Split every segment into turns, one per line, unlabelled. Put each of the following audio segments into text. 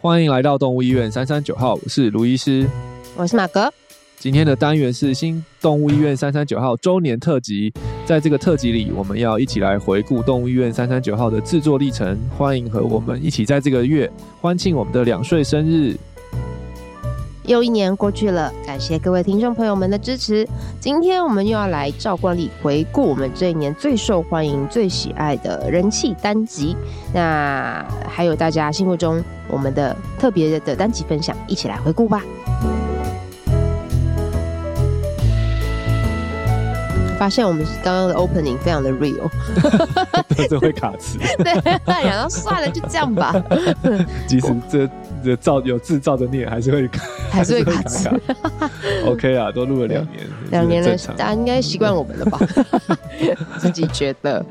欢迎来到动物医院三三九号，我是卢医师。
我是马哥。
今天的单元是新动物医院三三九号周年特辑，在这个特辑里，我们要一起来回顾动物医院三三九号的制作历程。欢迎和我们一起在这个月欢庆我们的两岁生日。
又一年过去了，感谢各位听众朋友们的支持。今天我们又要来照惯例回顾我们这一年最受欢迎、最喜爱的人气单集，那还有大家心目中我们的特别的单集分享，一起来回顾吧。发现我们刚刚的 opening 非常的 real，
这会卡词，
对，然后算了，就这样吧，
即使这这造有制造的念，还是会卡，
还是会卡词。
卡。OK 啊，都录了两年，
两年了
正，常
大家应该习惯我们了吧？ 自己觉得，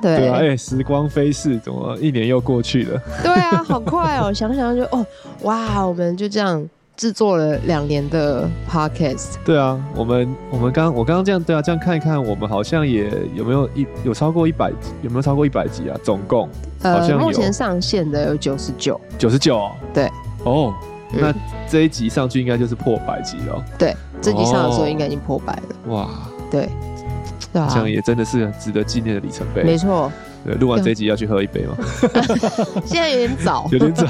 对
对啊，哎、时光飞逝，怎么一年又过去了？
对啊，好快哦！想想就哦，哇，我们就这样制作了两年的 podcast，
对啊，我们我们刚我刚刚这样对啊，这样看一看，我们好像也有没有一有超过一百集，有没有超过一百集啊？总共好像
呃，
有
目前上线的有九十九，
九十九。
对，
哦，
嗯
那这一集上去应该就是破百集了。
对，这集上的时候
哦
应该已经破百了，
哇，
对，对
这样
啊，
也真的是很值得纪念的里程碑
没。错，
对，录完这一集要去喝一杯吗？，
现在有点早
有点早，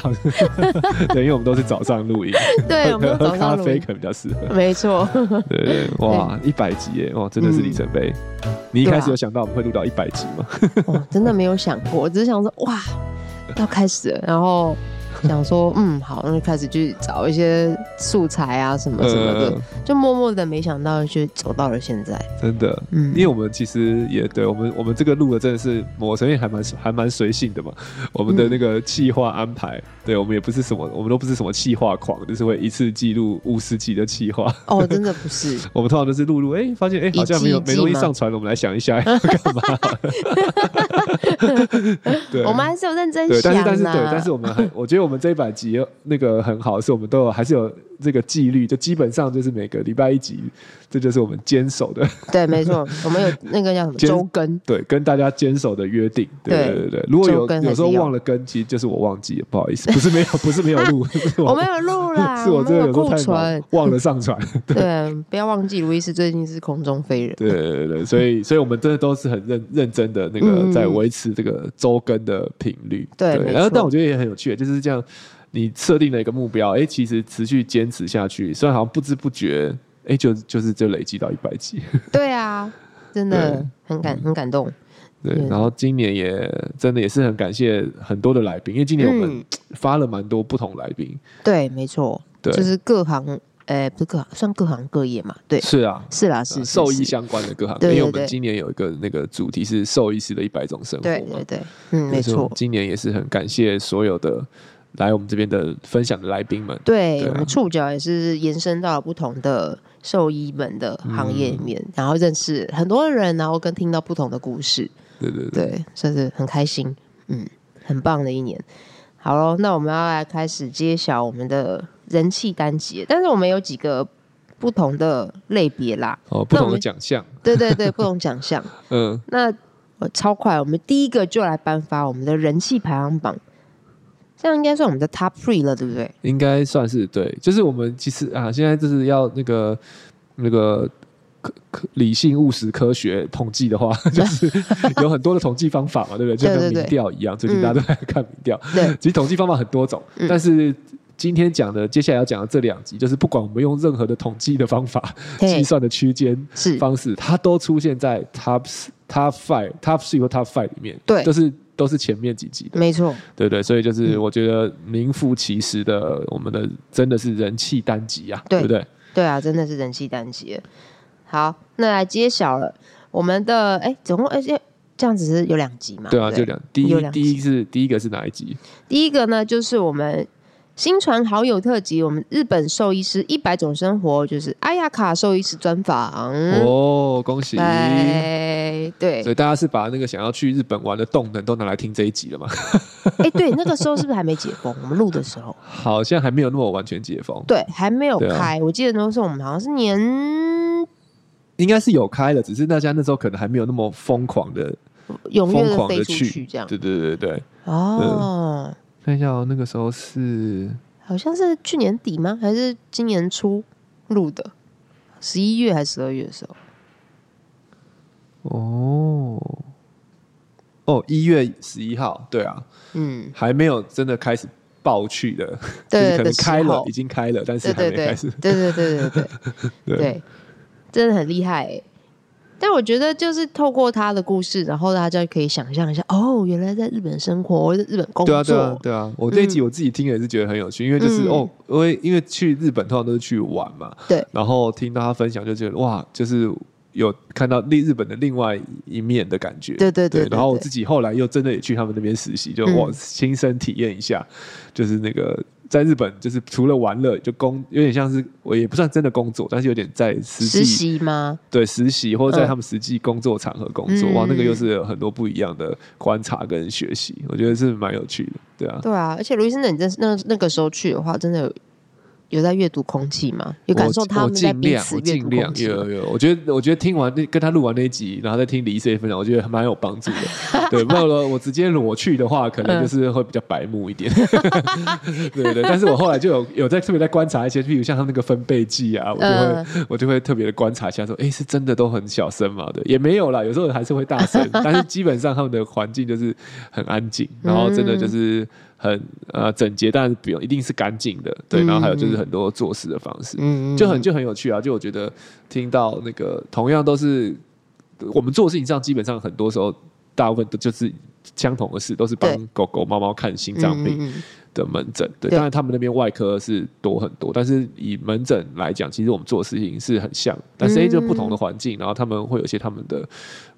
对，因为我们都是早上录音，
对，我们都早
喝咖
上录
啡
音，
可能比较适 合。
没错，
对对，对哇，一百集耶，哇，真的是里程碑。
嗯
你一开
啊
始有想到我们会录到一百集吗？
哦，真的没有想过，我只是想说哇， 要开始了，然后。想说，嗯，好，那就开始去找一些素材啊，什么什么的，
嗯
就默默的没想到就走到了现在。
真的，
嗯，
因为我们其实也对我们我们这个录的真的是某层面还蛮还蛮随性的嘛，我们的那个企划安排，对我们也不是什么，我们都不是什么企划狂，就是会一次记录五十集的企划，
哦，真的不是，
我们通常都是录录，哎、发现哎、好像没有
一季
没东西
一季吗
上传了，我们来想一 下要干嘛， 对，
我们还是有认真
对，
想啊
但
啦
是。但是对，但是我们 还，我觉得我们这一百集有那个很好，是我们都有还是有这个纪律，就基本上就是每个礼拜一集，这就是我们坚守的，
对，没错，我们有那个叫什么
坚
周更，
对，跟大家坚守的约定，对
对
对对对。如果有
周更还是
有时候
要
忘了更，其实就是我忘记了，不好意思，不是没有，不是没有录，是
我
我
们有录 啦，
是我
们
真的有时候
库
太忙
存。
忘了上传，
对，不要忘记，路易斯最近是空中飞人。
对对对对，所以所以我们真的都是很认认真的那个
嗯
在维持这个周更的频率，
对没
然后
错
但我觉得也很有趣，就是这样，你设定了一个目标，哎，其实持续坚持下去，虽然好像不知不觉。哎，就就是就累积到一百集，
对啊，真的
对嗯
很感很感动。
对，
嗯
然后今年也真的也是很感谢很多的来宾，因为今年我们
嗯
发了蛮多不同来宾，
对，没错，
对，
就是各行，呃，不是各行，算各行各业嘛。对，
是啊，
是啦，是
呃
是
兽医
是
相关的各行，因为
对对
我们
对
今年有一个那个主题是兽医师的一百种生活
对
嘛
对，对，嗯，没
所以我
错
们。今年也是很感谢所有的来我们这边的分享的来宾们，
对，
对
我
啊
们触角也是延伸到了不同的兽医们的行业
嗯
里面，然后认识很多人，然后跟听到不同的故事，
对对对，
对，算是很开心，嗯，很棒的一年。好喽，那我们要来开始揭晓我们的人气单集，但是我们有几个不同的类别啦，
哦，不
那我
同的
们
奖项，
对对对，不同奖项。
嗯，
那我超快，我们第一个就来颁发我们的人气排行榜，这样应该算我们的 top three 了，对不对？
应该算是对，就是我们其实啊，现在就是要那个那个。科科理性务实科学统计的话， 就是有很多的统计方法嘛，对不 对？就
对
跟
对对
民调一样，最近大家都在看民调，
对。
其实统计方法很多种，
嗯
但是今天讲的，接下来要讲的这两集，就是不管我们用任何的统计的方法、
嘿
计算的区间
是
方式，它都出现在 top s- top five、top three 或 top five 里面，
对
就是都是前面几集的，
没错，
对对，所以就是
嗯
我觉得名副其实的，我们的真的是人气单集啊，对
对
不对？
对啊，真的是人气单集。好，那来揭晓了我们的哎，总共而且这样子是有两集嘛？
对啊，
不
就两第一
有两集
第一是第一个是哪一集？
第一个呢，就是我们新传好友特辑，我们日本兽医师一百种生活，就是阿亚卡兽医师专访。
哦，恭喜！
哎，对
所，以大家是把那个想要去日本玩的动能都拿来听这一集了嘛？
哎，对，那个时候是不是还没解封？我们录的时候，
好像还没有那么完全解封，
对，还没有
对啊
开。我记得那时候我们好像是年
应该是有开了，只是大家那时候可能还没有那么疯狂的、
踊跃
疯
的
狂
飞
的
出去这样。
对对对对，
哦，
看一下哦，那个时候是
好像是去年底吗？还是今年初录的？十一月还是十二月的时候？
哦哦一月十一号，对啊，
嗯，
还没有真的开始爆去 的，就是
对
可
的
能
时
开了
候，
已经开了，但是
对
还
对
没
对
开始。
对对对对对
对
对，真的很厉害、欸。但我觉得就是透过他的故事，然后大家可以想象一下，哦，原来在日本生活或者日本工
对
作，
啊，对啊，对啊！我这一集我自己听也是觉得很有趣，因为就是、
嗯
哦，因为因为去日本通常都是去玩嘛，
对
然后听到他分享就觉得哇，就是有看到另日本的另外一面的感觉。
对对对对
然后我
对
自己后来又真的也去他们那边实习，就
嗯
我亲身体验一下，就是那个在日本就是除了玩乐，就工有点像是我也不算真的工作，但是有点在实际
实习吗？
对实习或者在
嗯
他们实际工作场合工作，
嗯
哇，那个又是有很多不一样的观察跟学习，我觉得是蛮有趣的，对啊。
对啊，而且卢医生，那你在那那个时候去的话，真的有有在阅读空气吗？有感受
我
他
我
们在
尽
彼
量，
此
我
阅
尽
读
量
空气吗？
有有有，我觉得我觉得听完那跟他录完那一集，然后再听李医生分享，我觉得还蛮有帮助 的。对，不然我我直接裸去的话，可
嗯
能就是会比较白目 一点。对对，但是我后来就有有在特别在观察一些，比如像他们那个分贝计啊，我就会、
嗯
我就会特别的观察一下，说，哎，是真的都很小声嘛？对，也没有啦，有时候还是会大声，但是基本上他们的环境就是很安静，然后真的
嗯
就是很呃整洁，但是不用一定是干净的，对，然后还有就是很多做事的方式，
嗯，
就很就很有趣啊！就我觉得听到那个同样都是我们做事情上，基本上很多时候大部分都就是相同的事，都是
对
帮狗狗、猫猫看心脏病
嗯嗯嗯
的门诊。对，
对
当然他们那边外科是多很多，但是以门诊来讲，其实我们做的事情是很像，但是
嗯
诶就不同的环境，然后他们会有一些他们的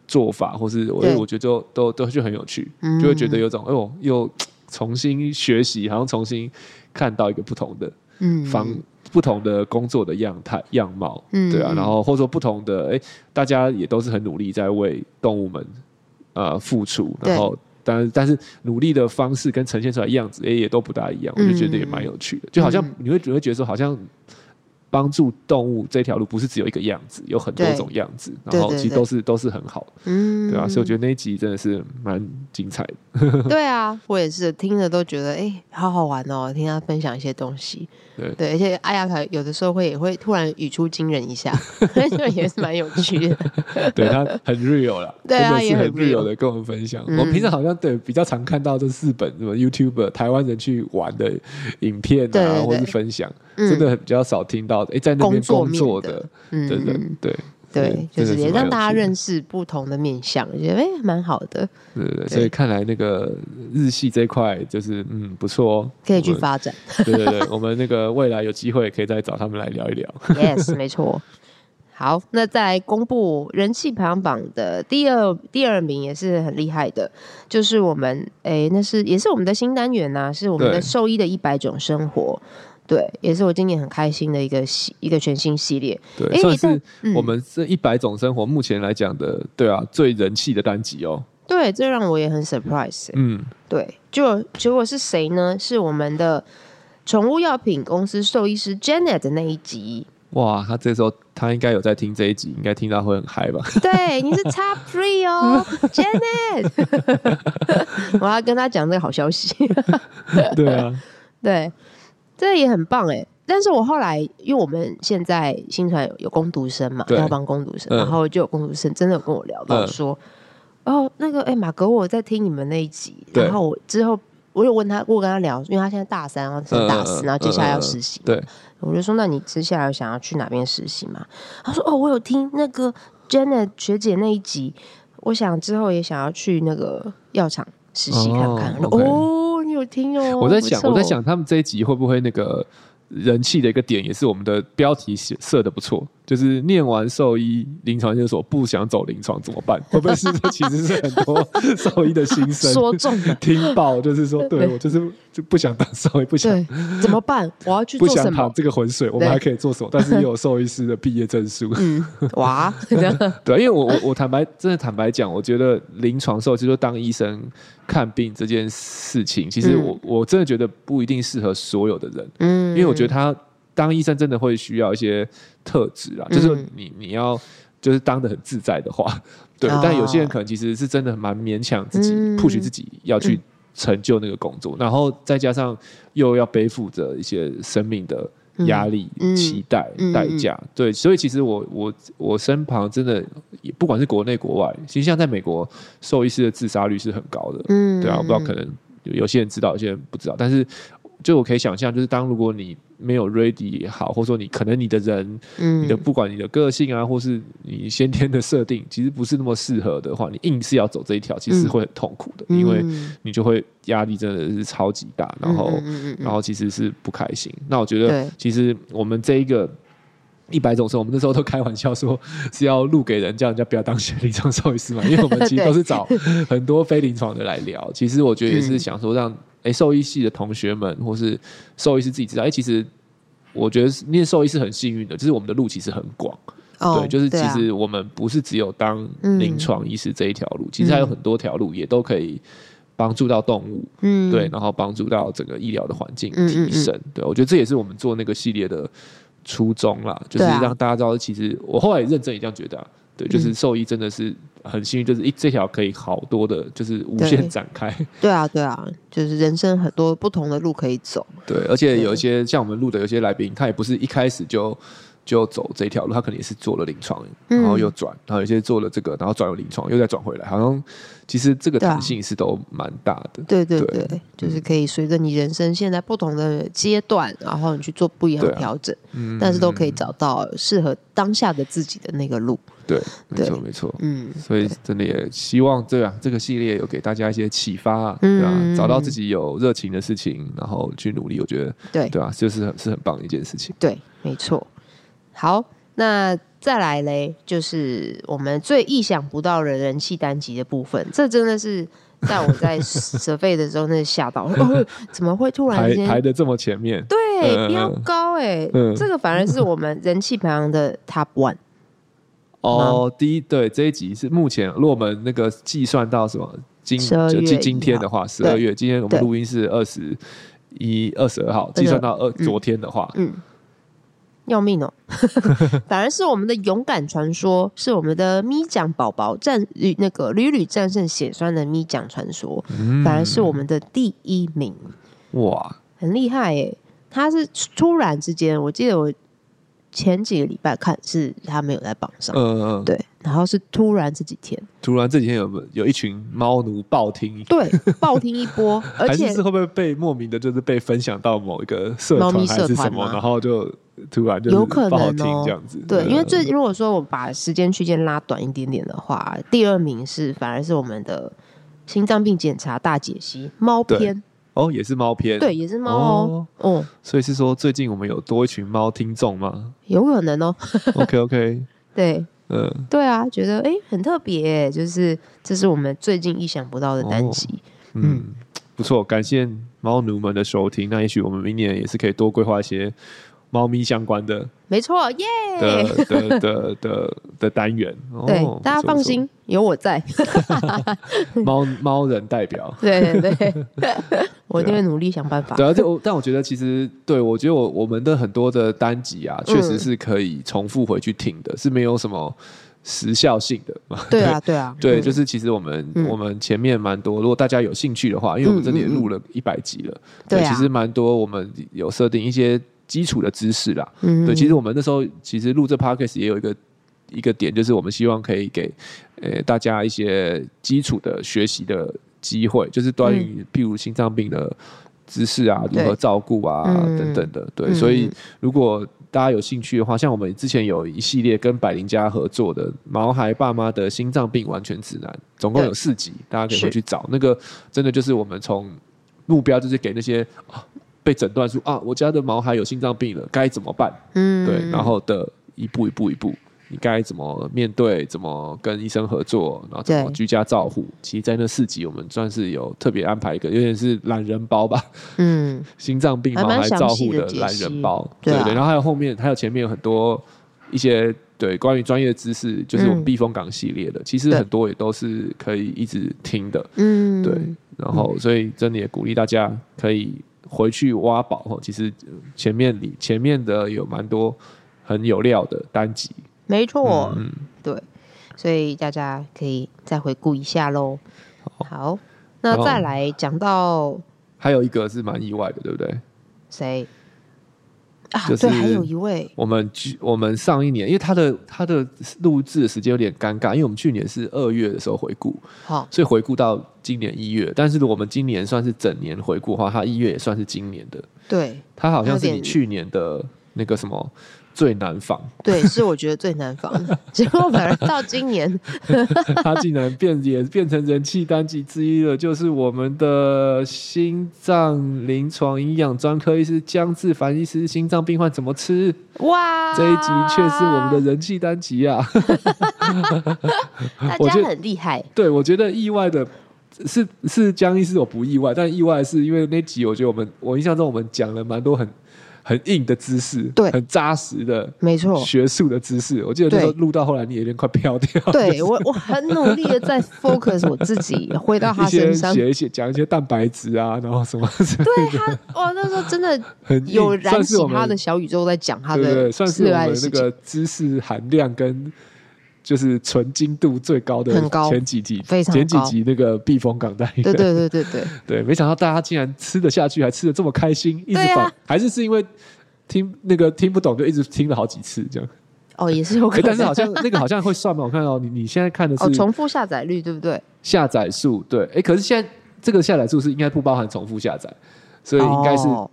做法，或是我
对
我觉得就都都就很有趣，
嗯
就会觉得有种哎呦又重新学习，好像重新看到一个不同的
嗯
方不同的工作的样态样貌，
嗯
对啊，
嗯
然后或者说不同的，哎，大家也都是很努力在为动物们呃付出，
对
然后但但是努力的方式跟呈现出来的样子，哎，也都不大一样，我就觉得也蛮有趣的，就好像
嗯
你会你会觉得说，好像帮助动物这条路不是只有一个样子，有很多
对
种样子，
对
然后
对
其实
对
都是都是很好，
嗯
对啊，所以我
得
觉得那一集真的是蛮精彩的，
对啊，我也是听了都觉得哎、好好玩哦，听他分享一些东西，
对
对，而且艾亚卡有的时候会也会突然语出惊人 一下， 就也是蛮有趣的。
对 他很 real 啦，
对啊
真的是
也很 real
real 的跟我们分享。
嗯
我们平常好像对比较常看到这日本什么 YouTuber 台湾人去玩的影片啊，
对对对
或是分享，
嗯
真的很比较少听到诶，在那边
工作
工
面
作
的
的
嗯
的人，对
对，就
真的
是也
蛮
让
有
大家
趣的
认识不同的面相，我觉得哎蛮好的，
对对对，所以看来那个日系这一块就是嗯不错哦，
可以去
我们
发展。
对对对， 我们那个未来有机会可以再找他们来聊一聊。
yes，没错。好，那再来公布人气排行榜的第二第二名也是很厉害的，就是我们诶、那是也是我们的新单元呐、是我们的
对
兽医的一百种生活，对，也是我今年很开心的一个系一个全新系列。
对，
诶
算
你在
是
嗯
我们这一百种生活目前来讲的，对啊，最人气的单集哦。
对，这让我也很 surprise、欸
嗯，
对，就结果是谁呢？是我们的宠物药品公司兽医师 Janet 的那一集。
哇，他这时候他应该有在听这一集，应该听到会很嗨 吧？
对，你是 Top Three 哦，Janet。我要跟他讲这个好消息。
对啊，
对，这也很棒哎。但是我后来，因为我们现在新传有有攻读生嘛，
对
要帮攻读生，
嗯
然后就有攻读生真的有跟我聊到
嗯
说，哦，那个哎、马格，我在听你们那一集，
对
然后我之后我有问他，我有跟他聊，因为他现在大三，然后
嗯
升大四，
嗯
然后接下来
嗯
要
嗯
实习，
对，
我就说，那你接下来有想要去哪边实习吗？他说，哦，我有听那个 Janet 学姐那一集，我想之后也想要去那个药厂实习看看。
哦
我说哦，你有听哦？
我在
不
想，
错
我在，想他们这一集会不会那个人气的一个点，也是我们的标题写设的不错，就是念完兽医临床研究所不想走临床怎么办？会不会是 这其实是很 多兽医的心声？。
说中了
听爆就是说，对
对
我就是就不想当兽医，不想
对，怎么办？我要去
不
做
想
什
淌
么？
这个浑水，我们
对
还可以做什么？但是又有兽医师的毕业证 书，
嗯， 哇，
对，因为我我我坦白，真的坦白讲，我觉得临床兽就是说当医生看病这件事情，其实我、我真的觉得不一定适合所有的人，
嗯，
因为我觉得他当医生真的会需要一些特质啊，就是
嗯
你你要就是当的很自在的话，对，
啊
但有些人可能其实是真的蛮勉强自己、
嗯
push 自己要去成就那个工作，然后再加上又要背负着一些生命的压力、
嗯嗯
期待、
嗯嗯
代价，对，所以其实我我我身旁真的也不管是国内国外，其实像在美国，兽医师的自杀率是很高的，
嗯，
对啊，我不知道可
能
能有有些人知道，有些人不知道，但是就我可以想象，就是当如果你没有 ready 也好，或者说你可能你的人你
嗯
的不管你的个性啊，或是你先天的设定，其实不是那么适合的话，你硬是要走这一条，其实会很痛苦的，因为
嗯
你就会压力真的是超级大，然后、
嗯嗯嗯嗯
然后其实是不开心。那我觉得
对，
其实我们这一个。一百种兽，我们那时候都开玩笑说是要录给人，叫人家不要当学临床兽医 师嘛，因为我们其实
对
都是找很多非临床的来聊。其实我觉得也是
嗯
想说让诶兽医系的同学们或是兽医师自己知道，诶，其实我觉得是念兽医是很幸运的，就是我们的路其实很广，
哦
对，就是其
对啊
实我们不是只有当
嗯
临床医师这一条路，其实还有
嗯
很多条路也都可以帮助到动物，
嗯
对，然后帮助到整个医疗的环境
嗯嗯嗯
提升。对，我觉得这也是我们做那个系列的初衷啦，就是
对啊嗯
让大家知道，其实我后来也认真也这样觉得、啊。对，就是兽医真的是很幸运，就是一这条可以好多的，就是无限
对
展开。
对啊对啊，就是人生很多不同的路可以走，
对，而且
对
有一些像我们录的有些来宾，他也不是一开始就就走这条路，他可能也是做了临床，
嗯
然后又转，然后有些做了这个，然后转了临床，又再转回来，好像其实这个
对啊
弹性是都蛮大的。
对对
对嗯
对，就是可以随着你人生现在不同的阶段，然后你去做不一样的
对啊
调整，
嗯
但是都可以找到适合当下的自己的那个路。
对，没
对
错没错。
嗯，
所以真的也希望对啊，这个系列有给大家一些启发、啊，
嗯
对啊，
嗯
找到
嗯
自己有热情的事情，然后去努力，我觉得
对
对啊，就是很是很棒的一件事情。
对，没错。好，那再来嘞，就是我们最意想不到的人气单集的部分，这真的是在我在 设备的时候，那吓到、哦，怎么会突然
排排
间？
的这么前面，
对，标
嗯嗯嗯
高哎、
嗯
这个反而是我们人气排行的 top one。
哦，第一对这一集是目前，如果我们那个计算到什么今
12
就
月
今今天
1
的话，十
对
二月今天我们
对
录音是二十一、二十二号，计算到二
嗯
昨天的话，
嗯，要命哦！ 反而是我们的勇敢传说，是我们的咪酱宝宝战与那个屡屡战胜血栓的咪酱传说，
嗯
反而是我们的第一名，
哇，
很厉害耶！他是突然之间，我记得我前几个礼拜看是他没有在榜上，
呃，
对，然后是突然这几天，
突然这几天有有一群猫奴暴听，
对，暴听一波，而
还
且
是是会不会被莫名的，就是被分享到某一个社
猫
团
咪
还是
社团
什么，
吗
然后就突然就是
有可
不好
能
听
哦
这样子，
对，因为
嗯
这如果说我把时间区间拉短一点点的话，第二名是反而是我们的心脏病检查大解析猫篇，
哦也是猫片，
对，，也是猫哦，哦，
所以是说最近我们有多一群猫听众 吗
有可能哦，
？OK OK，
对
嗯，
对啊，觉得哎很特别耶，就是这是我们最近意想不到的单
哦
集，
嗯，不错，感谢猫奴们的收听。那也许我们明年也是可以多规划一些猫咪相关的
没错，耶、
的的的的的单元。哦
对，大家
不错
放心，有我在。
不错猫猫人代表。
对 对对，我一定会努力想办法。
对啊，就我但我觉得其实对我觉得我我们的很多的单集啊，确实
嗯
是可以重复回去听的，是没有什么时效性的。
对啊，对啊，
对，
嗯
就是其实我们、
嗯
我们前面蛮多，如果大家有兴趣的话，因为我们真的也录了一百集了，
对啊
其实蛮多我们有设定一些基础的知识啦。
嗯
对，其实我们那时候其实录这 podcast 也有一个一个点，就是我们希望可以给呃大家一些基础的学习的机会，就是关于譬如心脏病的知识啊，如
嗯对
何照顾啊
嗯
等等的。对，
嗯
所以如果大家有兴趣的话，像我们之前有一系列跟百灵家合作的《毛孩爸妈的心脏病完全指南》，总共有
对
四集，大家可以
是
回去找。那个真的就是我们从目标就是给那些。啊被诊断出啊，我家的毛孩有心脏病了，该怎么办？
嗯
对，然后的一步一步一步，你该怎么面对，怎么跟医生合作，然后怎么
对
居家照护。其实，在那四集，我们算是有特别安排一个，有点是懒人包吧，
嗯，
心脏病
还
毛
蛮
孩
详
照
细
护
的
的
解
懒
析
人包，
对啊
对。然后还有后面，还有前面有很多一些对关于专业知识，就是我们
嗯
避风港系列的，其实
对
很多也都是可以一直听的，
嗯，
对，然后所以真的也鼓励大家可以回去挖宝哦。其实呃前面里前面的有蛮多很有料的单集，
没错，
嗯，
对，所以大家可以再回顾一下喽。好，那再来讲到
还有一个是蛮意外的，对不对？
谁啊？
就是
对，还有一位
我们去我们上一年，因为它的它的录制的时间有点尴尬，因为我们去年是二月的时候回顾，
好、
所以回顾到今年一月。但是我们今年算是整年回顾的话，它一月也算是今年的，
对
它好像是
有
你
点
去年的那个什么最难访，
对，是我觉得最难防的。 结果反而到今年，
它竟然变也变成人气单集之一了，就是我们的心脏临床营养专科医师江志凡医师，心脏病患怎么吃？
哇，
这一集却是我们的人气单集啊！
大
我觉
家
得
很厉害，
对，我觉得意外的是是江医师我不意外，但意外的是因为那集我觉得我们我印象中我们讲了蛮多很很硬的知识，
对
很扎实的
没错。
学术的知识。我记得那时候录到后来你有点快飘掉，
对我，我很努力的 在 focus 我自己，回到他
一些
身上。
写一写讲一些蛋白质啊，然后什么什么
对他，哇，那时候真 的
很硬
有燃
算
起
是我
他
们
的小宇宙，在讲他
对对
的
对，算是我
热爱的
们
事
那
情，
个知识含量跟。就是纯精度最高的
很高
前几集，
非常
前几
高
集那个避风港单元，
对对对对对，
对，没想到大家竟然吃得下去，还吃得这么开心，一直
对啊
反，还是是因为听那个听不懂，就一直听了好几次 这样。
哦，也是有可
哎，
能。
但是好像那个好像会算吗？我看到你你现在看的
哦，
是
重复下载率对不对？
下载数，对，哎，可是现在这个下载数是应该不包含重复下载，所以应该是、
哦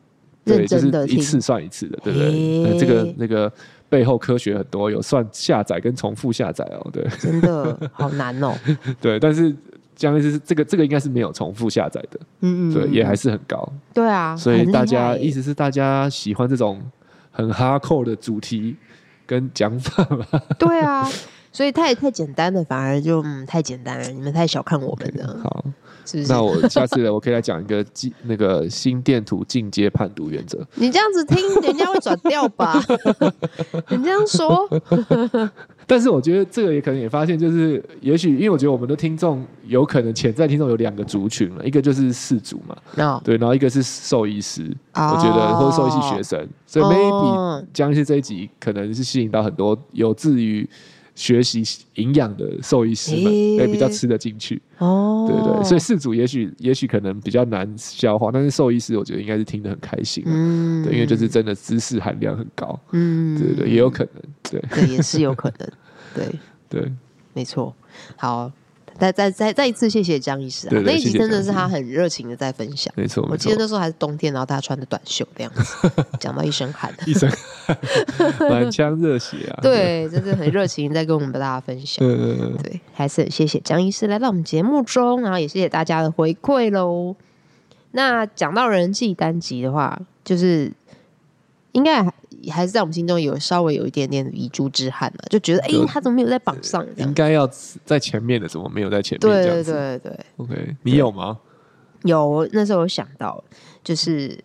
对，
认
就
真
是
的
一
听，
次算一次的，对不对？那
嘿
这个那个背后科学很多，有算下载跟重复下载哦，对
真的好难哦。
对，但是。将是这个这个应该是没有重复下载的，
嗯嗯，
对，也还
嗯
是很高。
对啊，
所
很
以
厉
大家
害耶
意思是大家喜欢这种很哈扣的主题跟讲法嘛？
对啊， 所以太太简单了，反而就嗯太简单了，你们太小看我们 了，
好，
是不是
那？我下次我可以来讲一个进那个心电图进阶判读原则。
你这样子听，人家会转掉吧？ 你这 样说，
但是我觉得这个也可能也发现，就是也许因为我觉得我们的听众有可能潜在听众有两个族群了，一个就是氏族嘛，
那
对，然后一个是兽医师，
我
我觉得或者兽医系学生，所以 maybe
哦
江西这一集可能是吸引到很多有志于学习营养的兽医师们，
诶
也、比较吃得进去。
哦，
对对，所以四组也许也许可能比较难消化，但是兽医师我觉得应该是听得很开心、啊，
嗯
对，因为就是真的知识含量很高，
嗯，
对对，也有可能，对
对，也是有可能，对，
对
没错，好。再再再再一次谢谢江医师啊，
对对
那一
谢
集
谢
真的
江
是他很热情的在分享。
没错
我
没
记
错
得，那时候还是冬天，然后他穿的短袖这样子， 讲到一身汗。
医生满腔热血啊，，
对，就是很热情在跟我们大家分享。
嗯嗯嗯，
对，还是很谢谢江医师来到我们节目中，然后也谢谢大家的回馈喽。那讲到人气单集的话，就是应该还还是在我们心中有稍微有一点点遗珠之憾了、就觉得哎、
就
他怎么没有在榜上？这
应
样
该要在前面的，怎么没有在前面
对
这样
对
子
对对，
o k 你有吗？
有我那时候有想到，就是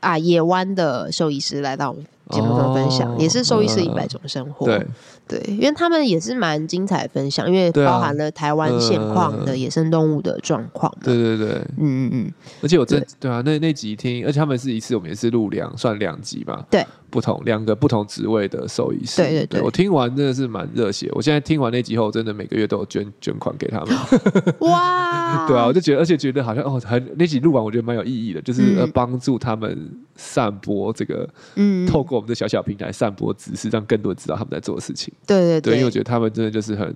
啊，野湾的兽医师来到我们节目中分享，
哦
也是兽医师一百
嗯
种生活。
对，
对，因为他们也是蛮精彩的分享，因为
对啊
包含了台湾现况的
嗯
野生动物的状况嘛。
对对对，
嗯嗯嗯，
而且我真
对
对啊，那那集听，而且他们是一次，我们也是录两算两集嘛，
对，
不同两个不同职位的兽医师，
对对对
我听完真的是蛮热血，我现在听完那集后，真的每个月都有捐捐款给 他们，，
哇
对啊，我就觉得，而且觉得好像哦，很那集录完我觉得蛮有意义的，就是
嗯
呃帮助他们散播这个，
嗯，
透过我们的小小平台散播知识，让更多人知道他们在做的事情，
对对
对，因为我觉
得
得他们真的就是很。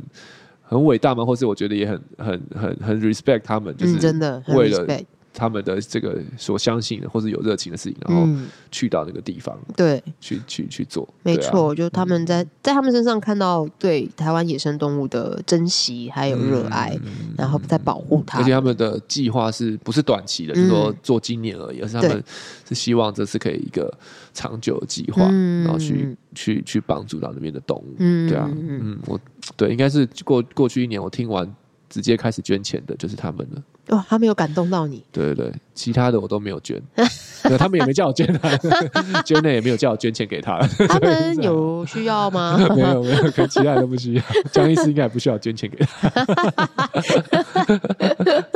很伟大嘛，或是我觉得也很很很很 respect 他们，就
嗯，真
是
的很
为了
respect，
他们的这个所相信的或是有热情的事情，然后
嗯，
去到那个地方
对，
去去去做，
没
对啊
错，就他们在在他们身上看到对台湾野生动物的珍惜还有热爱，
嗯
然后在保护它
而且。他们的计划是不是短期的，
嗯
就是说做今年而已，而是他们
对
是希望这是可以一个长久的计划，
嗯
然后去去去帮助到那边的动物，
嗯
对啊，
嗯
嗯，我对应该是过过去一年我听完直接开始捐钱的就是他们了，
哇，他们有感动 到你，
对对对，其他的我都没有捐， 对他们也没叫我捐啊， 捐了也没有叫我捐钱给他，
他们有需要吗？
没有没有，可能其他人都不需要。 江医师应该也不需要捐钱给他。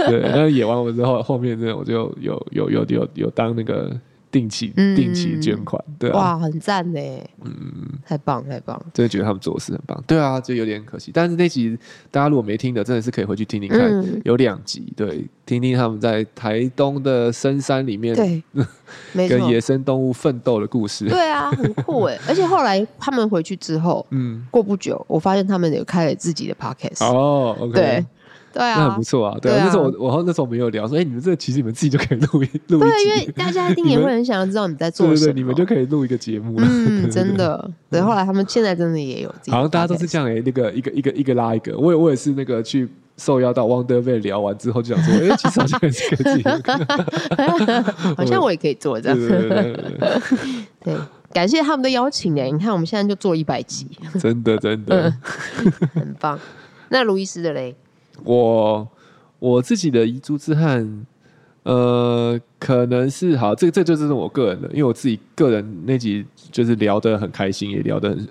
对，但是演完我之后，后面呢，我就有有有有有当那个定期、
嗯
定期捐款，对啊，
哇，很赞呢，
嗯，
太棒太棒，
真的觉得他们做的事很棒，对啊，就有点可惜。但是那集大家如果没听的，真的是可以回去听听看，
嗯，
有两集，对，听听他们在台东的深山里面
对， 没错
跟，野生动物奋斗的故事，
对啊，很酷哎，而且后来他们回去之后，
嗯，
过不久，我发现他们有开了自己的 podcast，
哦，OK，
对，对
那很
啊
不。错啊，对啊，
对啊
那时候我我那时候我们有聊说，哎、你们这个其实你们自己就可以录一录
对， 因
一
为
集，
大家一定也
你们
会很想要知道你在
对
做
对
什么。
对，你们就可以录一个节目 了。
嗯，真的。对，后来他们现在真的也有自己的 podcast，
好像大家都是这样哎、那个一个一个一个拉一个，我也我也是那个去受邀到 Wonder Bay 聊完之后就想说，哎、其实好像也是可以自己录，
好像我也可以做这
对对
样。
对对对对，
对，感谢他们的邀请呢。你看，我们现在就做一百集，
真的真的，
很棒。那卢医师的嘞，
我我自己的遗珠之憾，呃，可能是好，这这就是我个人的，因为我自己个人那集就是聊得很开心，也聊得很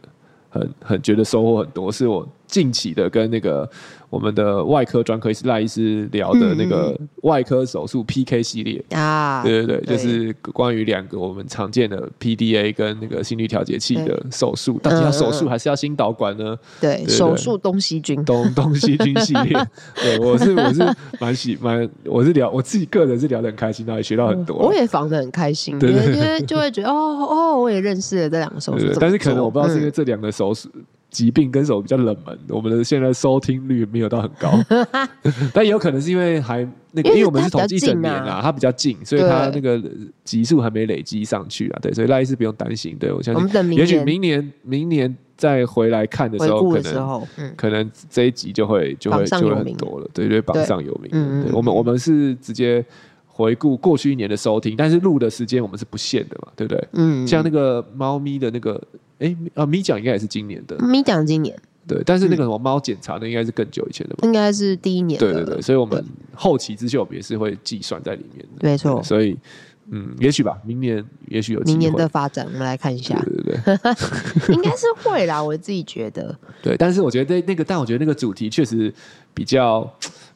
很很觉得收获很多，是我近期的跟那个我们的外科专科医师赖医师聊的那个外科手术 PK 系列。
啊，
对对对，就
对
是关于两个我们常见的 PDA 跟那个心率调节器的手术，到底要手术还是要心导管呢？
对，
对
手术东西军，
东东西军系 列，对我是我是蛮喜蛮，我是聊我自己个人是聊得很开心，然后也学到很多。
嗯我也防得很开心，
对
因
对
为因为就会觉得哦哦，我也认识了这两个手
对
术
对
怎么
对
做，
但是可能我不知道是因为
嗯
这两个手术疾病跟手比较冷门，我们的现在收听率没有到很高， 但也有可能是因为还那个，
因为
因为我们是
它
统
比较
计整年
近
啊
啊，
它比较近，所以它那
对
个级数还没累积上去啊，对，所以赖医师不用担心，对我相
我
信
们，等明
也许
年
明年明年再回来看的时
回
候，
顾
可
的时
能
候，嗯，
可能这一集就会就会
榜上
就
有
会很
名
多了，对对，榜
对
上有名
嗯嗯
的。对，
嗯
我们我们是直接回顾过去一年的收听，但是录的时间我们是不限的嘛，对不对？
嗯，
像那个猫咪的那个，哎啊，咪讲应该也是今年的，
咪讲今年
对，但
嗯
是那个什么猫检查的应该是更久以前的嘛，
应该是第一年的
对
了，
对对，所以我们后期之秀我们也是会计算在里面的，
没错
对，所以嗯，也许吧，明年也许有机
明年
会
的。发展，我们来看一下
对，对对
应该是会啦，我自己觉得，
对，但是我觉得那那个，但我觉得那个主题确实比较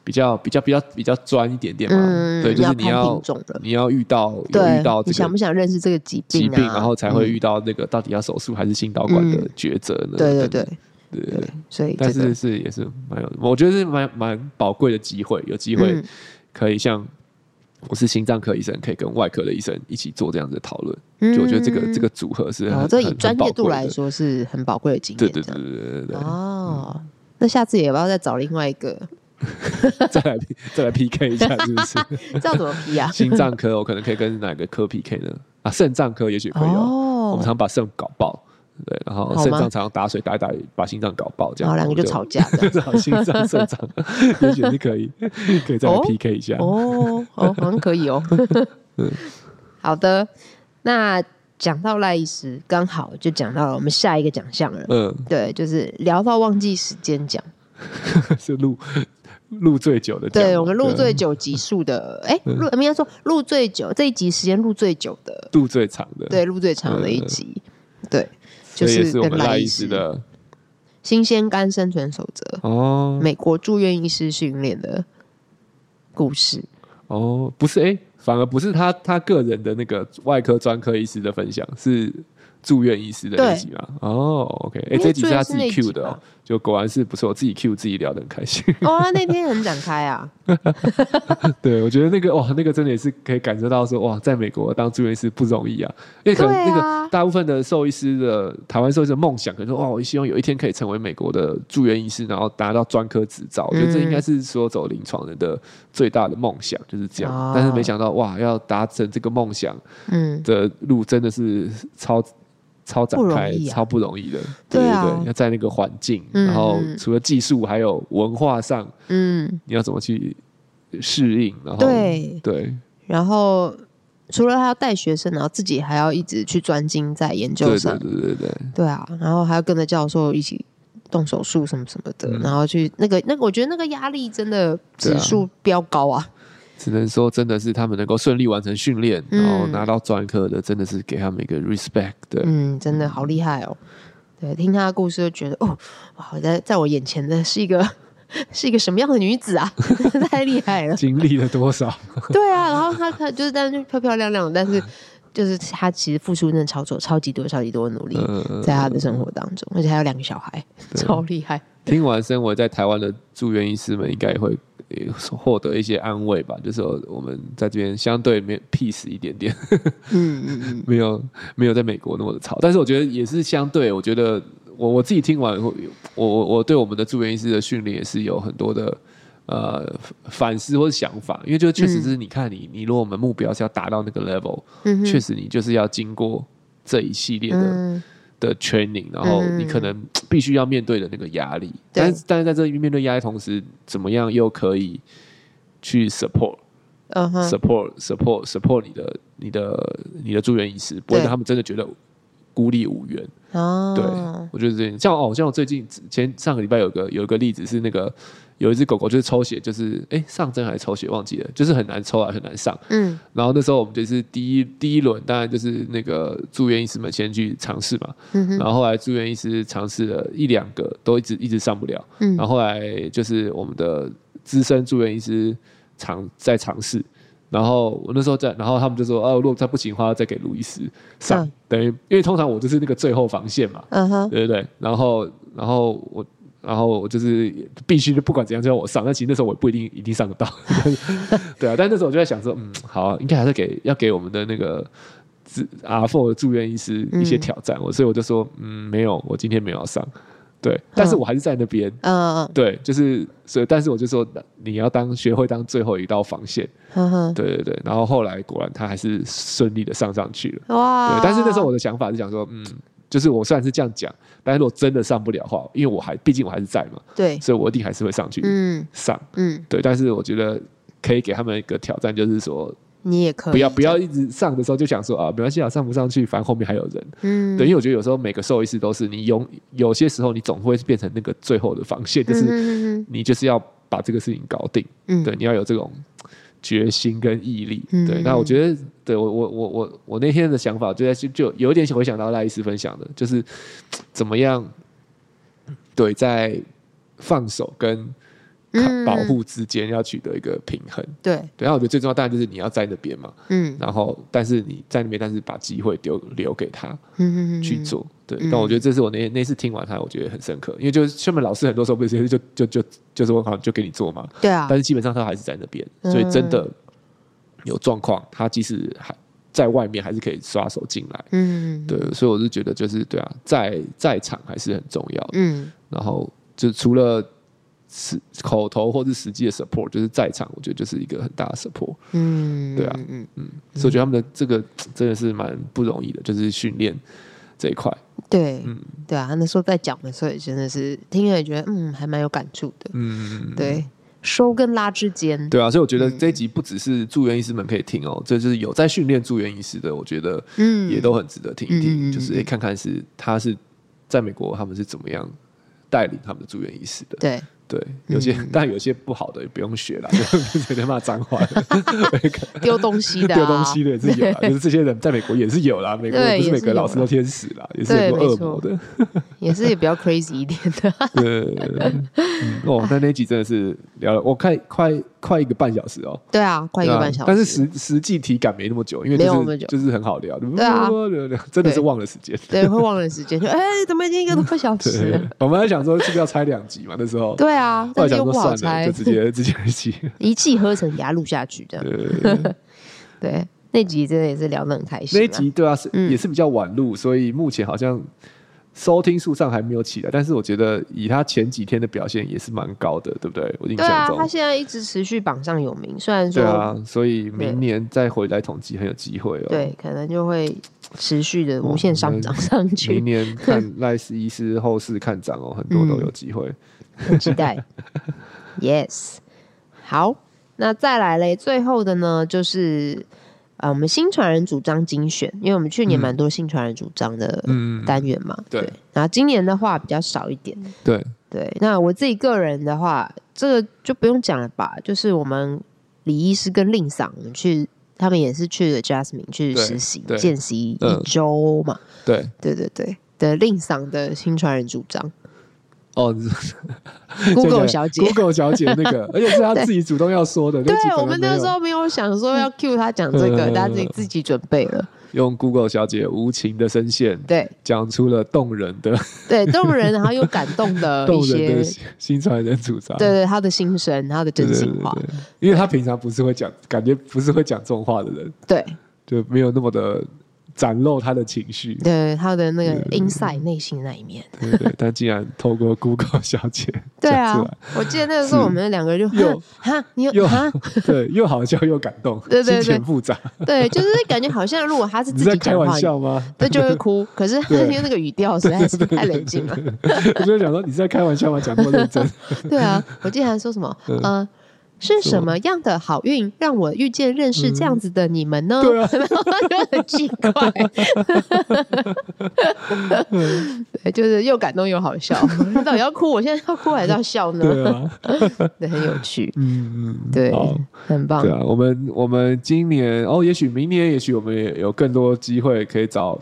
比较比较比较比较专一点点嘛。
嗯，
对，就是你
看
要
品种了，
你要遇到有
对
遇到，
你
这
想
个
不想认识这个疾
疾
啊？
病，然后才会
嗯
遇到那个到底要手术还是心导管的抉择呢？
对对
等
对
等对对
对
对。，
所以
但
这个
是是也是蛮有，我觉得是蛮蛮宝贵的机会，有机会
嗯
可以像我是心脏科医生，可以跟外科的医生一起做这样子的讨论，就我觉得这个这，个组合是
嗯
很
哦，这
很
以
很
专
宝
业度
贵
来
的，
说是很宝贵的经验，
对对
这
对
样
对对对对，嗯
哦。那下次也要再找另外一个，
再来 P- 再来 PK 一下，是不是？
这样怎么批 啊？
心脏科我可能可以跟哪个科 PK 呢？啊，肾脏科也许可以哦。我们
哦，
常把肾搞爆，对，然后
好吗
肾脏常常打水打一打，把心脏搞爆，这
然
样
后两个就吵。架这
我
样
们就 心脏、肾脏， 也许是可以，可以再来
哦
PK 一下。
哦，哦，好像可以 哦。
嗯
好的，那讲到赖医师，刚好就讲到了我们下一个奖项了。
嗯，
对，就是聊到忘记时间讲。
是录录最久的嗯奖嘛，
对我们录最久集数的，
嗯
哎，录应该说录最久这一集时间录最久的，
录最长的，，
对，录最长的一集，对，就
嗯也
是
是我
跟
们赖
赖
医
医
师
师
的
新鲜肝生存守则》
哦
美国住院医师训练的故 事。
哦，不是哎，反而不是他他个人的那个外科专科医师的分享，是住院医师的那
对
集嘛？哦，OK，哎，
因为
这集
住
是
院
他
是
自己
那集
Q 的哦
吧，
就果然是不错，自己 Q 自己聊得很开心。
哦，他那天很展开啊，
对，我觉得那个哇，那个真的也是可以感受到说哇，在美国当住院医师不容易啊，因为可能
对啊
那个大部分的兽医师的台湾兽医师的梦想，可能说哇，我希望有一天可以成为美国的住院医师，然后拿到专科执照。我觉得这
嗯
应该是所有走临床人的最大的梦想，就是这样。
哦
但是没想到哇，要达成这个梦想
嗯，
的路真的是超。超展
不容
开，
易啊
超不容易的，
对啊
对对，要在那个环境，
嗯
然后
嗯
除了技术，还有文化上，
嗯，
你要怎么去适应，然后
对。
对，
然后除了他要带学生，然后自己还要一直去专精在研究
对
上，
对对对对，
对啊，然后还要跟着教授一起动手术什么什么的，
嗯
然后去那个那个，我觉得那个压力真的指数飙高啊，
只能说真的是他们能够顺利完成训练，
嗯
然后拿到专科的，真的是给他们一个 respect 对，
嗯，真的好厉害哦。对，听他的故事就觉得哦，哇，在在我眼前的是一个 是一个什么样的女子啊， 太厉害了。
经历了多少？
对啊，然后她她就是但是漂漂亮亮的，但是就是他其实付出真的超多、超级多、超级多的努力，
嗯
在他的生活当中，而且还有两个小孩， 超厉害。
听完生活在台湾的住院医师们应该也会也获得一些安慰吧，就是我们在这边相对没 peace 一点点，
嗯嗯 嗯，
没有没有在美国那么的吵，但是我觉得也是相对，我觉得我我自己听完以后，我我我对我们的住院医师的训练也是有很多的。呃，反思或者想法，因为就确实是你看你，你如果我们目标是要达到那个 level，、
嗯哼
确实你就是要经过这一系列的、
嗯
的 training，然后你可能必须要面对的那个压力，
对
但是但是在这里面对压力同时，怎么样又可以去 support
嗯哼，
support support support 你的你的你的住院医师，不会
对
让他们真的觉得孤立无援。
哦
对，我觉得这件像哦，像我最近前上个礼拜有个有一个例子是那个有一只狗狗就是抽血，就是哎上针还是抽血忘记了，就是很难抽啊，很难上。
嗯
然后那时候我们就是第一第一轮，当然就是那个住院医师们先去尝试嘛，
嗯哼
然后后来住院医师尝试了一两个，都一直一直上不了，
嗯
然后后来就是我们的资深住院医师尝在尝试，然后我那时候在，然后他们就说哦、如果再不行的话，再给路易斯上，
嗯
等于因为通常我就是那个最后防线嘛，
嗯哼，
对对对，然后然后我。然后我就是必须不管怎样就要我上，但其实那时候我不一定一定上得 到，对啊。但那时候我就在想说，嗯，好、啊，应该还是给要给我们的那个自阿 f 的住院医师一些
嗯
挑战，我、所以我就说，嗯，没有，我今天没有要上，对，但是
嗯
我还是在那边，
嗯
对，就是所以，但是我就说你要当学会当最后一道防线，
嗯哼，
对对对。然后后来果然他还是顺利的上上去了。
哇
对，但是那时候我的想法是想说，嗯，就是我虽然是这样讲，但是如果真的上不了的话，因为我还毕竟我还是在嘛，
对，
所以我一定还是会上去、
嗯
上。
嗯，
对，但是我觉得可以给他们一个挑战，就是说
你也可以，
不要不要，一直上的时候就想说啊，没关系啊，上不上去，反正后面还有人。
嗯，
对，因为我觉得有时候每个兽医师都是，你有有些时候你总会变成那个最后的防线，
嗯
就是
是
你就是要把这个事情搞定。
嗯
对，你要有这种决心跟毅力。
嗯
对，那我觉得，对我我我我我那天的想法就在就就有一点回想到赖医师分享的，就是怎么样对在放手跟
嗯
保护之间要取得一个平衡。
对，
对，那我觉得最重要当然就是你要在那边嘛，
嗯
然后但是你在那边，但是把机会丢留给他
嗯
去，做。对，
嗯
但我觉得这是我那那次听完他，我觉得很深刻，因为就是秀美老师很多时候不是就就就就说好就给你做嘛，
对啊
但，是基本上他还是在那边，所以真的有状况，他即使还在外面，还是可以刷手进来。
嗯
对，所以我是觉得就是对啊，在在场还是很重要的。
嗯
然后就除了实口头或是实际的 support，就是在场，我觉得就是一个很大的 support。
嗯，
对啊
嗯
所以我觉得他们的这个真的是蛮不容易的，就是训练这一块。
对
嗯
对啊，那时候在讲的时候也真的是听了也觉得嗯还蛮有感触的，
嗯，
对，收跟拉之间，
对啊，所以我觉得这一集
嗯
不只是住院医师们可以听哦，这就是有在训练住院医师的，我觉得
嗯，
也都很值得听一
嗯嗯
听，
嗯
就是诶看看是他是在美国他们是怎么样带领他们的住院医师的。
对，
对，有些
嗯
但有些不好的也不用学啦， 就直接骂脏话了、
丢东西 的啊，
丢东西的也是 有啦，就是这些人在美国也是有啦，美国
对
不是每个老师都
也
天使啦，也是
对
有
没
恶
错
魔的。
也是比较 crazy 一点的，
对，嗯哦，那那集真的是聊了，我看快快一个半小时哦。
对啊，快一个半小时，
但是实实际体感没那么久，因为就
没有那
是
么久
就是很好聊，对
啊
真的是
对
忘了时 间。
对会忘了时间，就哎怎么已经一个多小时
对
了？，
我们还想说是不是要拆两集嘛？那时候，
对啊，
后
但
来
是
想说
又不好啊
算了，
猜
就，直接 直接一集。
一气呵成给它录下去的。
呃，
对，那集真的也是聊得很开心、啊。
那一集对啊，是
嗯
也是比较晚录，所以目前好像收听数上还没有起来，但是我觉得以他前几天的表现也是蛮高的，对不对？我印
对
象
啊，
中
他，现在一直持续榜上有名，虽然说
对啊，所以
对
明年再回来统计很有机会哦。
对可能就会持续的无限上涨
嗯
上
明
去，
年 看赖斯医师后市看涨哦，很多
嗯
都有机会。
很期待。yes，好，那再来嘞，最后的呢就是。呃，我们新传人主张精选，因为我们去年蛮多新传人主张的
嗯，
单元嘛，
对
然后今年的话比较少一点，
对，
对，那我自己个人的话，这个就不用讲了吧。就是我们李医师跟令赏，我们去，他们也是去了 Jasmine 去
对
实习
对
见习
嗯
一周嘛。
对，
对对对的，令赏的新传人主 张
哦
，Google 小姐。
，Google 小姐那 个，而且是她自己主动要说的。那集
对
本来
我们
没
那
有
时候没有想说要 cue 他讲这个，
嗯
他自己自己准备了。
用 Google 小姐无情的声线
对
讲出了动人的、
对，动人，然后又感动的一
动人
些
的，心心传人主张。
对对，他的心声，他的
对
真
对
心
对
话，
对，因为他平常不是会讲，感觉不是会讲这种话的人，
对
就没有那么的展露他的情绪。
对，他的那个
对
inside 内心那一面。
对 对，但竟然透过 Google 小姐
对
讲
啊
出来，
我记得那个时候
是
我们两个就
又
哈哈，你有
又
哈，
对，又好笑又感动，
啊对对对
心情复杂。
对，就是感觉好像如果他是
你
自
在
己
开
讲
玩
话，
笑吗？
对，就会哭。可是他
对
因为那个语调实在是太冷静了。
我就想说你在开玩笑吗？讲那么认真，
对啊，我记得还说什么
嗯
呃。是
什
什
么
么样的好运让我遇见认识这样子的你们呢？
嗯对啊
然后 就很奇怪， 对，就是又感动又好笑。 到底要哭？我现在要哭还是要笑呢？
对啊，
对，很有趣，
嗯嗯，
对
好，
很棒
对。啊，我们我们今年哦，也许明年，也许我们也有更多机会可以找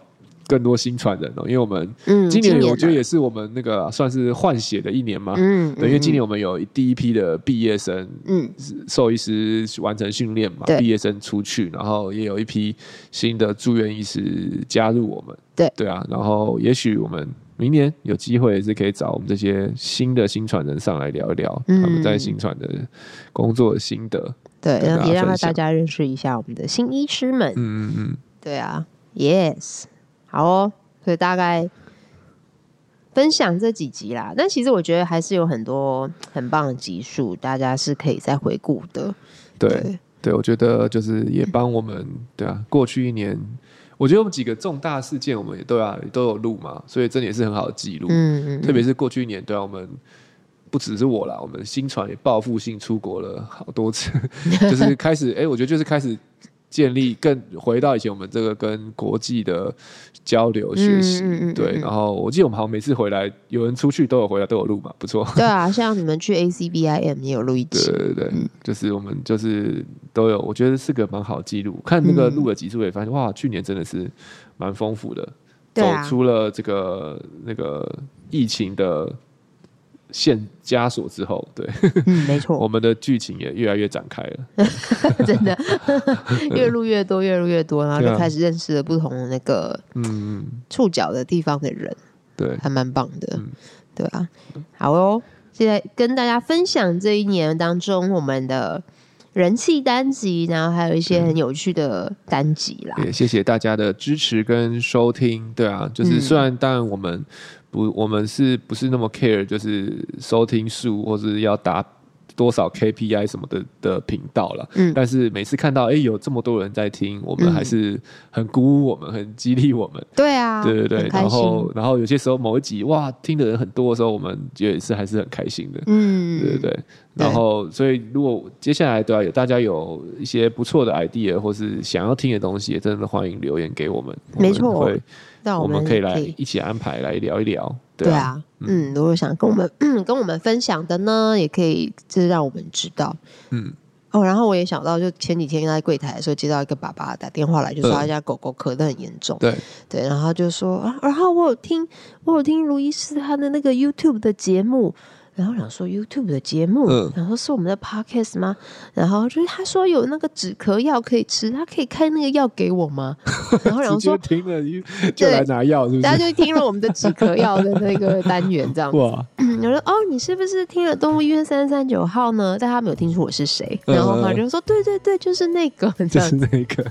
更多新传人哦，因为我们
嗯，
今年
年
我觉得
啊
也是我们那个算是换血的一年嘛，
嗯，
对，因为今
嗯
年我们有第一批的毕业生
嗯
兽医师完成训练嘛，
对
毕业生出去，然后也有一批新的住院医师加入我们。
对
对啊，然后也许我们明年有机会也是可以找我们这些新的新传人上来聊一聊、
嗯
他们在新传的工作的心得。
对，
跟
然
大
后
家
也让
分
大
享
家认识一下我们的新医师们。
嗯嗯嗯，
对啊，yes，好哦，所以大概分享这几集啦。但其实我觉得还是有很多很棒的集数，大家是可以再回顾的。
对对，我觉得就是也帮我们对啊，过去一年。我觉得我们几个重大事件，我们也都啊都有录嘛，所以这也是很好的记录。
嗯，嗯
特别是过去一年，对啊，我们不只是我啦，我们新传也报复性出国了好多次， 就是开始，哎、我觉得就是开始建立更回到以前我们这个跟国际的交流学习，
嗯嗯嗯嗯
对。
嗯
然后我记得我们好像每次回来，有人出去都有回来，都有录嘛，不错。
对啊，像你们去 ACBIM 也有录一
对
集，
对对，嗯就是我们就是都有，我觉得是个蛮好的记录。看那
嗯
个录的集数也发现，哇，去年真的是蛮丰富的，
对啊
走出了这个那个疫情的限枷锁之后，对、哦
嗯，没
我
错，
们的剧情也越来越展开了。
真 的越录越多，越录越多，然后
对
就
啊
开始认识了不同的那个
嗯，嗯
触角的地方的人。
对，
还蛮棒的，
嗯
对啊，好哦，现在跟大家分享这一年当中我们的人气单集，然后还有一
嗯
些很有趣的单集啦，
也谢谢大家的支持跟收听。对啊，就是
嗯
虽然当然我们不，我们是不是那么 care，就是收听数或是要达多少 KPI 什么的的频道了。
嗯
但是每次看到哎、诶有这么多人在听，我们
嗯
还是很鼓舞我们，很激励我们。
对啊，
对对对
很，开
然
心，
后然后有些时候某一集哇听的人很多的时候，我们也是还是很开心的。
嗯，
对对对，然后所以如果接下来对啊，有大家有一些不错的 idea 或是想要听的东西，也真的欢迎留言给我们。我们
没错
会
那
我
们
们可以来一起安排来聊一聊。
对
啊，
啊，嗯，如果想跟我们 跟我们分享的呢，也可以就是让我们知道，
嗯。
哦，然后我也想到，就前几天在柜台的时候，接到一个爸爸打电话来，就说
嗯
他家狗狗咳得很严重，
对，啊
对，然后他就说啊，然后我有听，我有听卢医师他的那个 YouTube 的节目，然后我想说 YouTube 的节目，
嗯
然后是我们的 Podcast 吗？然后就是他说有那个止咳药可以吃，他可以开那个药给我吗？然后 我
直
想
接
说，
听了就就来拿药，是不
大
是？
家就听了我们的止咳药的那个单元这样子，
哇，
嗯我说哦，你是不是听了动物医院三三九号呢？但他没有听出我是谁，
嗯
然后他就说对对对，嗯就是那个这
就
样
是
子，
那个。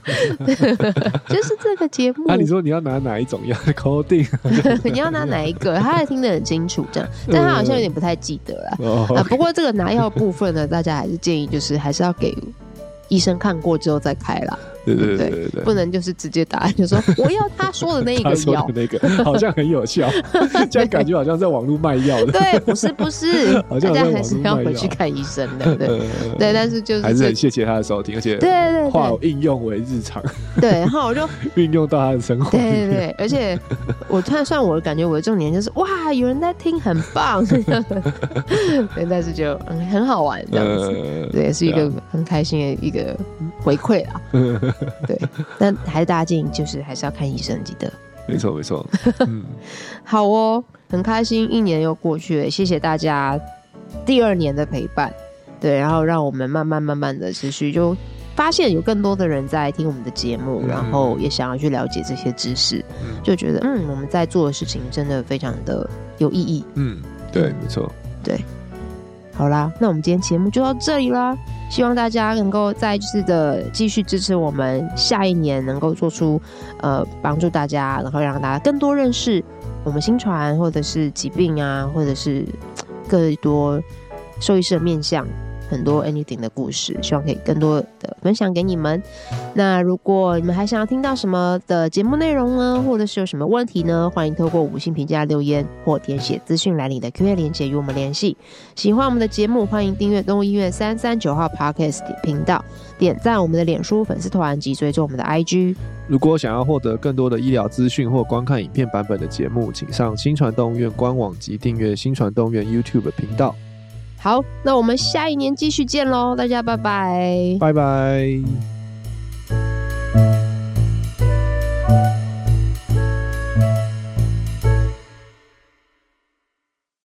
就是这个节目。
啊，你说你要拿哪一种药
啊
哦？Coding
你要拿哪 一个？他还听得很清楚，这样，但他好像有点不太记得了。啊，
哦，
不过这个拿药部分呢，大家还是建议就是还是要给医生看过之后再开啦，
对对
对
对对对
不。能就是直接打就说我要他说的那一
他
个
说
药
的。那个好像很有 效，这样感觉好像在网络卖药的。
对，不是不是，
好
大
像
家
在
还
网
是
络
要
卖
回
药
去看医生的， 对
呃
对，但是就是
还是
这
很谢谢他的收听，而且
对对
化
对
应用为日常，
对，然后我 就
运用到他的生活里呃
对对
面。
对，而且我突然算我感觉我的重点就是哇，有人在听，很棒， 对，但是就嗯很好玩这样子。
呃，
对，是一
对
个很开心的一个回馈 啦。对，但还是大家建议就是还是要看医生，记得。
没错没 错，嗯，
好哦，很开心，一年又过去了，谢谢大家第二年的陪伴。对，然后让我们慢慢慢慢的持续就发现有更多的人在听我们的节目，
嗯
然后也想要去了解这些知识，
嗯
就觉得嗯，我们在做的事情真的非常的有意义。
嗯，对，没错，
好啦，那我们今天节目就到这里啦。希望大家能够再次的继续支持我们，下一年能够做出呃帮助大家，然后让大家更多认识我们新传或者是疾病啊，或者是嘖更多兽医师的面向，很多 anything 的故事，希望可以更多的分享给你们。那如果你们还想要听到什么的节目内容呢，或者是有什么问题呢，欢迎透过五星评价留言或填写资讯栏里的 Q&A 连接与我们联系。喜欢我们的节目，欢迎订阅动物医院三三九号 Podcast 频道，点赞我们的脸书粉丝团及追踪我们的 IG。
如果想要获得更多的医疗资讯或观看影片版本的节目，请上新传动物院官网及订阅新传动物院 YouTube 频道。
好，那我们下一年继续见喽，大家拜拜。
拜拜。